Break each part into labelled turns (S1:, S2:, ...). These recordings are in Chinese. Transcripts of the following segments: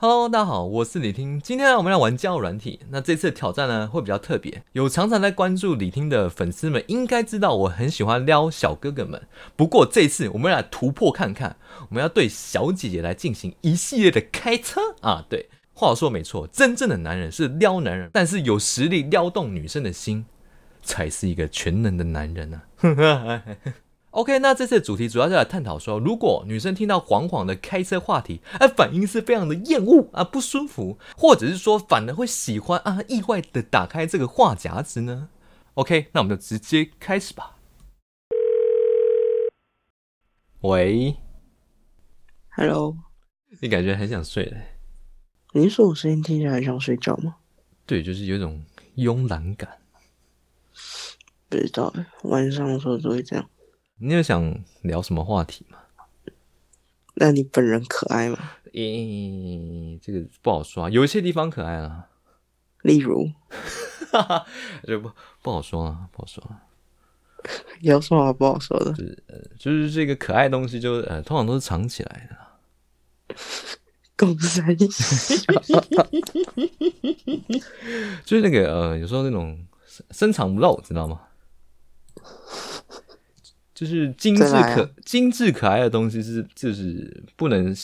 S1: Hello，大家好，我是李听。今天呢，我们来玩交友软体。那这次的挑战呢，会比较特别。有常常在关注李听的粉丝们，应该知道我很喜欢撩小哥哥们。不过这次我们来突破看看，我们要对小姐姐来进行一系列的开车啊！对，话说没错，真正的男人是撩男人，但是有实力撩动女生的心，才是一个全能的男人啊！OK，那这次的主题主要是来探讨说，如果女生听到黄黄的开车话题，啊，反应是非常的厌恶啊，不舒服，或者是说反而会喜欢啊，意外的打开这个话匣子呢？OK，那我们就直接开始吧。喂，
S2: Hello，
S1: 你感觉很想睡嘞？
S2: 你是说我声音听起来很像睡觉吗？
S1: 对，就是有一种慵懒感。
S2: 不知道欸，晚上的时候都会这样。
S1: 你有想聊什么话题吗？
S2: 那你本人可爱吗？
S1: 咦、这个不好说啊，有一些地方可爱啊，
S2: 例如，
S1: 哈哈，这不不好说啊，不好说啊。
S2: 有什么好不好说的？
S1: 就是这个可爱的东西就，呃，通常都是藏起来的啦。
S2: 共三小
S1: 就是那个呃，有时候那种深深藏不露，知道吗？就是精致
S2: 再来啊
S1: 可、精致可爱的东西是就是不能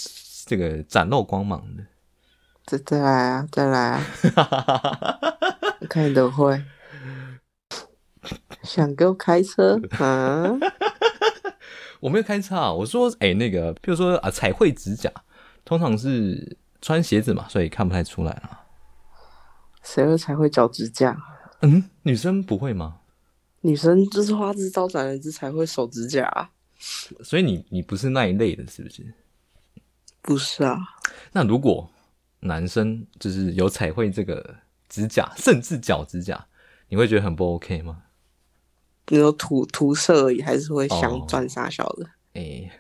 S1: 这个展露光芒的。
S2: 再再来啊，再来啊！我看你都会。想给我开车啊？
S1: 我没有开叉、啊，我说哎、那个，比如说啊、彩绘指甲，通常是穿鞋子嘛，所以看不太出来啊啦。
S2: 谁会才会脚指甲？
S1: 嗯，女生不会吗？
S2: 女生就是花枝招展的，这才会手指甲、啊。
S1: 所以你你不是那一类的，是不是？
S2: 不是啊，
S1: 那如果男生就是有彩绘这个指甲， 甚至脚指甲，你会觉得很不 OK 吗？
S2: 你有涂涂色而已，还是会
S1: 哦
S2: 想赚傻小的。
S1: 哎、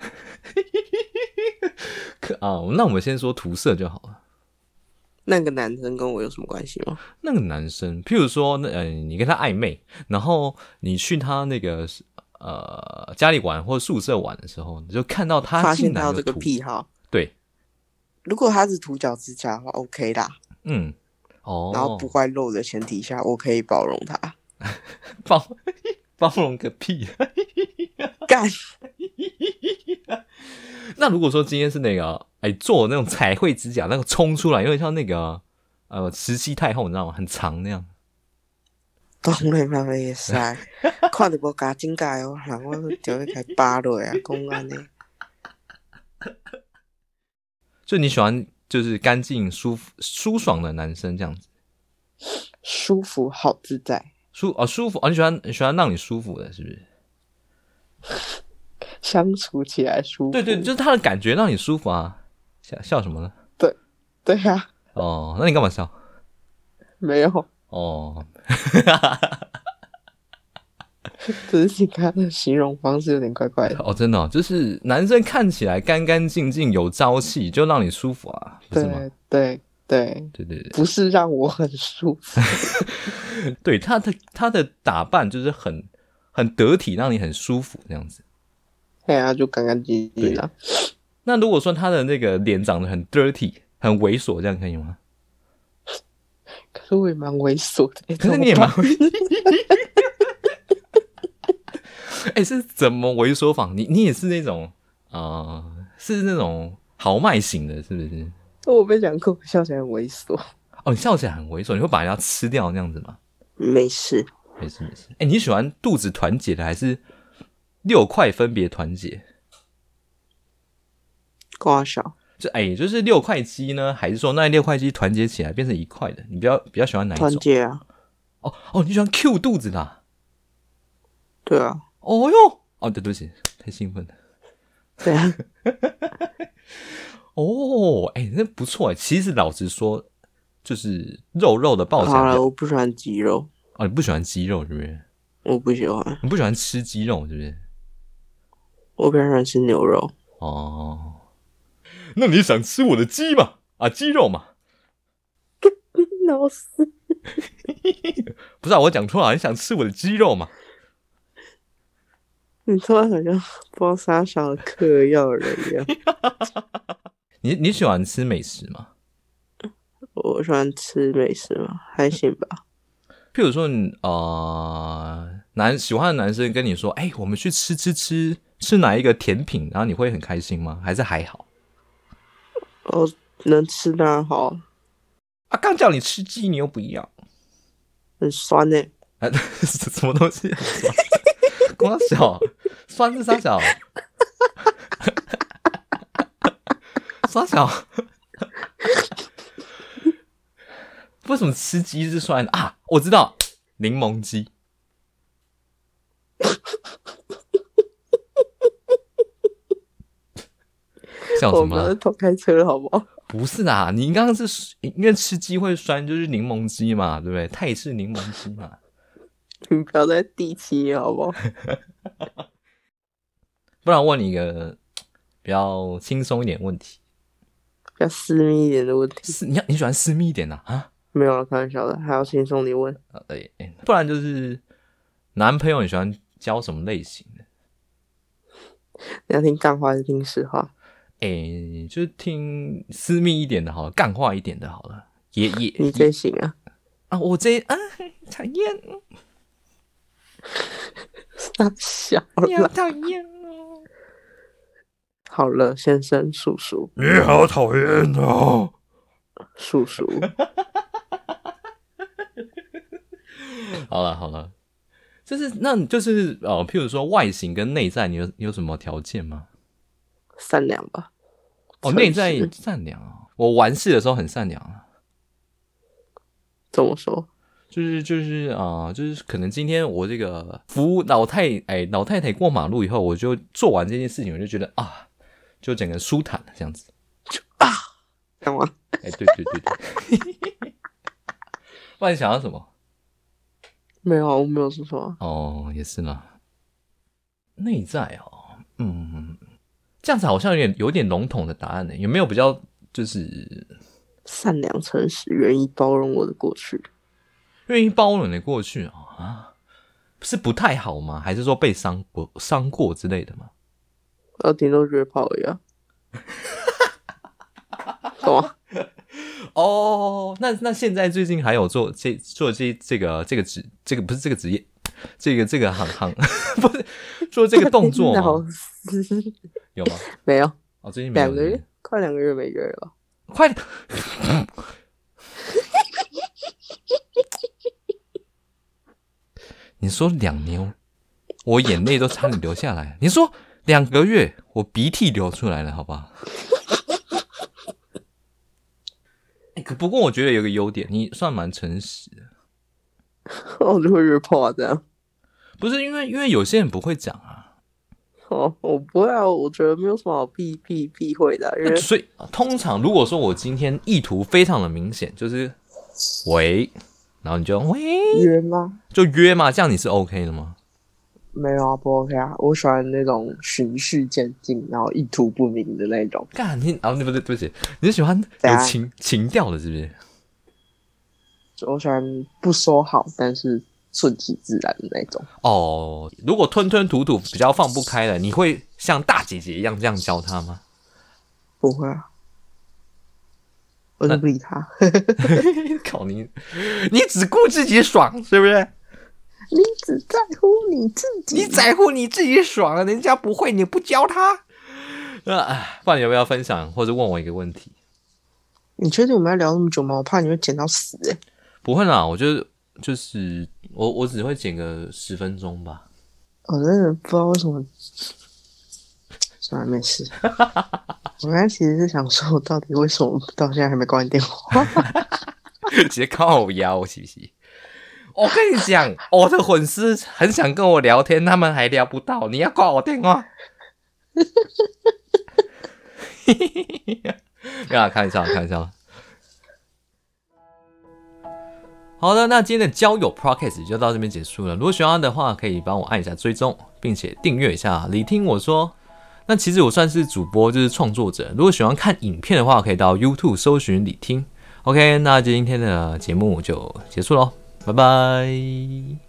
S1: 可啊，那我们先说涂色就好了。
S2: 那个男生跟我有什么关系吗？
S1: 那个男生，譬如说，那呃，你跟他暧昧，然后你去他那个呃家里玩或宿舍玩的时候，你就看到他
S2: 发
S1: 竟
S2: 现
S1: 然
S2: 他有这个啊
S1: 涂
S2: 癖好，
S1: 对，
S2: 如果他只涂脚指甲的话，OK 啦，
S1: 嗯，哦，
S2: 然后不外露的前提下，我可以包容他。
S1: 包 包容个屁。 啊
S2: 干，
S1: 那如果说今天是那个哎做那种彩绘指甲，那个冲出来有点像那个呃慈禧太后，你知道吗？很长那样。
S2: 当然嘛，会使。看到无加指甲的人，我哦就会开扒落啊，讲安尼。
S1: 就你喜欢就是干净、舒服、舒爽的男生这样子，
S2: 舒服，好自在，
S1: 舒哦舒服哦，你喜欢你喜欢让你舒服的，是不是？
S2: 相处起来舒服。
S1: 对对，就是他的感觉让你舒服啊。笑笑什么呢？
S2: 对啊，
S1: 哦，那你干嘛笑？
S2: 没有，
S1: 哦，
S2: 只是你看他的形容方式有点怪怪的。
S1: 哦，真的、哦，就是男生看起来干干净净、有朝气，就让你舒服啊，不是吗？
S2: 对对对，
S1: 对对对。
S2: 不是让我很舒服。
S1: 对他的他的打扮就是很很得体，让你很舒服这样子。
S2: 哎呀，就干干净净啊。
S1: 那如果说他的那个脸长得很 dirty、很猥琐，这样可以吗？
S2: 可是我也蛮猥琐的。哎
S1: 可是你也蛮…… 哎、是怎么猥琐法？你你也是那种呃，是那种豪迈型的，是不是？
S2: 我被讲过，笑起来很猥琐。
S1: 哦，你笑起来很猥琐，你会把人家吃掉那样子吗？
S2: 没事，
S1: 没事没事。哎、你喜欢肚子团结的还是六块分别团结？
S2: 瓜小
S1: 就哎、就是六块肌呢，还是说那六块肌团结起来变成一块的？你比较比较喜欢哪一
S2: 团
S1: 种？
S2: 结啊，
S1: 哦哦，你喜欢 Q 肚子的啊、
S2: 对啊，
S1: 哦哟，哦对，对不起，太兴奋了。
S2: 对啊，
S1: 哦，哎、那不错哎。其实老实说，就是肉肉的 爆
S2: 好
S1: 炸
S2: 了，
S1: 哦，
S2: 我不喜欢肌肉，
S1: 你不喜欢肌肉是不是？
S2: 我不喜欢，
S1: 你不喜欢吃鸡肉是不是？
S2: 我比较喜欢吃牛肉。
S1: 哦，那你想吃我的鸡嘛？啊，鸡肉嘛？
S2: 老师，
S1: 不是、啊，我讲错了，你想吃我的鸡肉嘛？
S2: 你突然好像 包沙小的嗑药人一样。
S1: 你你喜欢吃美食吗？
S2: 我喜欢吃美食嘛，还行吧。
S1: 譬如说你，呃，男喜欢的男生跟你说，哎、我们去吃吃吃吃哪一个甜品，然后你会很开心吗？还是还好？
S2: 哦，能吃当然好，
S1: 啊，刚叫你吃鸡，你又不一样，
S2: 很酸欸呢、
S1: 啊，什 什么东西？光小酸是啥小？酸小？为什么吃鸡是酸的啊？我知道，柠檬鸡。笑
S2: 我
S1: 什哦么
S2: 们
S1: 了
S2: 是？同开车好不好？
S1: 不是啦，你刚刚是因为吃鸡会酸，就是柠檬鸡嘛，对不对？泰式柠檬鸡嘛。
S2: 你不要再第七好 不好？
S1: 不然我问你一个比较轻松一点的问题，
S2: 比较私密一点的问题，
S1: 是你要你喜欢私密一点的啊？
S2: 没有了，开玩笑的，还要轻松你问。
S1: 啊对、哎不然就是男朋友你喜欢交什么类型的？
S2: 你要听干话还是听实话？
S1: 哎、就是听私密一点的好了，干话一点的好了，也也
S2: 你最行啊，
S1: 啊，我这啊讨厌，
S2: 傻小
S1: 你好
S2: 了。
S1: 讨厌哦，
S2: 好了，先生叔叔
S1: 你好讨厌哦。
S2: 叔叔，
S1: 好了好了，就是那你就是哦，譬如说外形跟内在，你有你有什么条件吗？
S2: 善良吧。
S1: 哦，
S2: 诚
S1: 内在
S2: 实
S1: 善良哦，我玩事的时候很善良啊，
S2: 怎么说？
S1: 就是就是啊、呃就是可能今天我这个扶老太哎老太太过马路以后，我就做完这件事情，我就觉得啊，就整个舒坦了这样子。
S2: 干嘛？
S1: 哎，对对对对， 不然你想要什么？
S2: 没有啊，我没有说什么。
S1: 哦，也是啦。内在哦，嗯，这样子好像有点有点笼统的答案呢，有没有比较就是
S2: 善良、诚实、愿意包容我的过去，
S1: 愿意包容的过去哦啊？是不太好吗？还是说被伤过、伤过之类的吗？
S2: 我顶多约炮而已啊。懂吗？
S1: 哦，那那现在最近还有做这做这这个这个职这个不是这个职业，这个这个行行 不是做这个动 作吗？有吗？
S2: 没有，
S1: 哦，最近没有
S2: 两个月，快两个月没约了。
S1: 快点！ 你说两年，我眼泪都差点流下来。你说两个月，我鼻涕流出来了，好 吧？哎可不过我觉得有个优点，你算蛮诚实的，
S2: 我就会约炮啊，这样。
S1: 不是因为因为有些人不会讲啊，
S2: 哦，我不会啊，我觉得没有什么好避避避讳的啊，因为
S1: 所以通常如果说我今天意图非常的明显，就是喂，然后你就喂
S2: 约吗？
S1: 就约嘛，这样你是 OK 的吗？
S2: 没有啊，不 OK 啊，我喜欢那种循序渐进，然后意图不明的那种。
S1: 干你啊，对不对？对不起，你是喜欢有
S2: 怎样
S1: 情情调的，是不是？
S2: 我喜欢不说好，但是顺其自然的那种。
S1: 哦，如果吞吞吐吐比较放不开了，你会像大姐姐一样这样教她吗？
S2: 不会啊，我就不理他。
S1: 靠你，你只顾自己爽，是不是？
S2: 你只在乎你自己。
S1: 你在乎你自己爽，人家不会，你不教他。啊，哎不然你要不要分享或者问我一个问题？
S2: 你确定我们要聊那么久吗？我怕你会剪到死哎、
S1: 不会啦，我觉得就是我，我只会剪个十分钟吧。
S2: 我真的不知道为什么。算了，没 事。我刚才其实是想说，我到底为什么到现在还没挂你电话？
S1: 直接靠腰，是不是？我跟你讲， 我的粉丝很想跟我聊天，他们还聊不到，你要挂我电话。 没有啊啦，开玩笑，开玩笑。好的，那今天的交友 podcast 就到这边结束了。如果喜欢的话，可以帮我按一下追踪，并且订阅一下。你听我说，那其实我算是主播，就是创作者。如果喜欢看影片的话，可以到 YouTube 搜寻李听。OK，那今天的节目就结束喽，拜拜。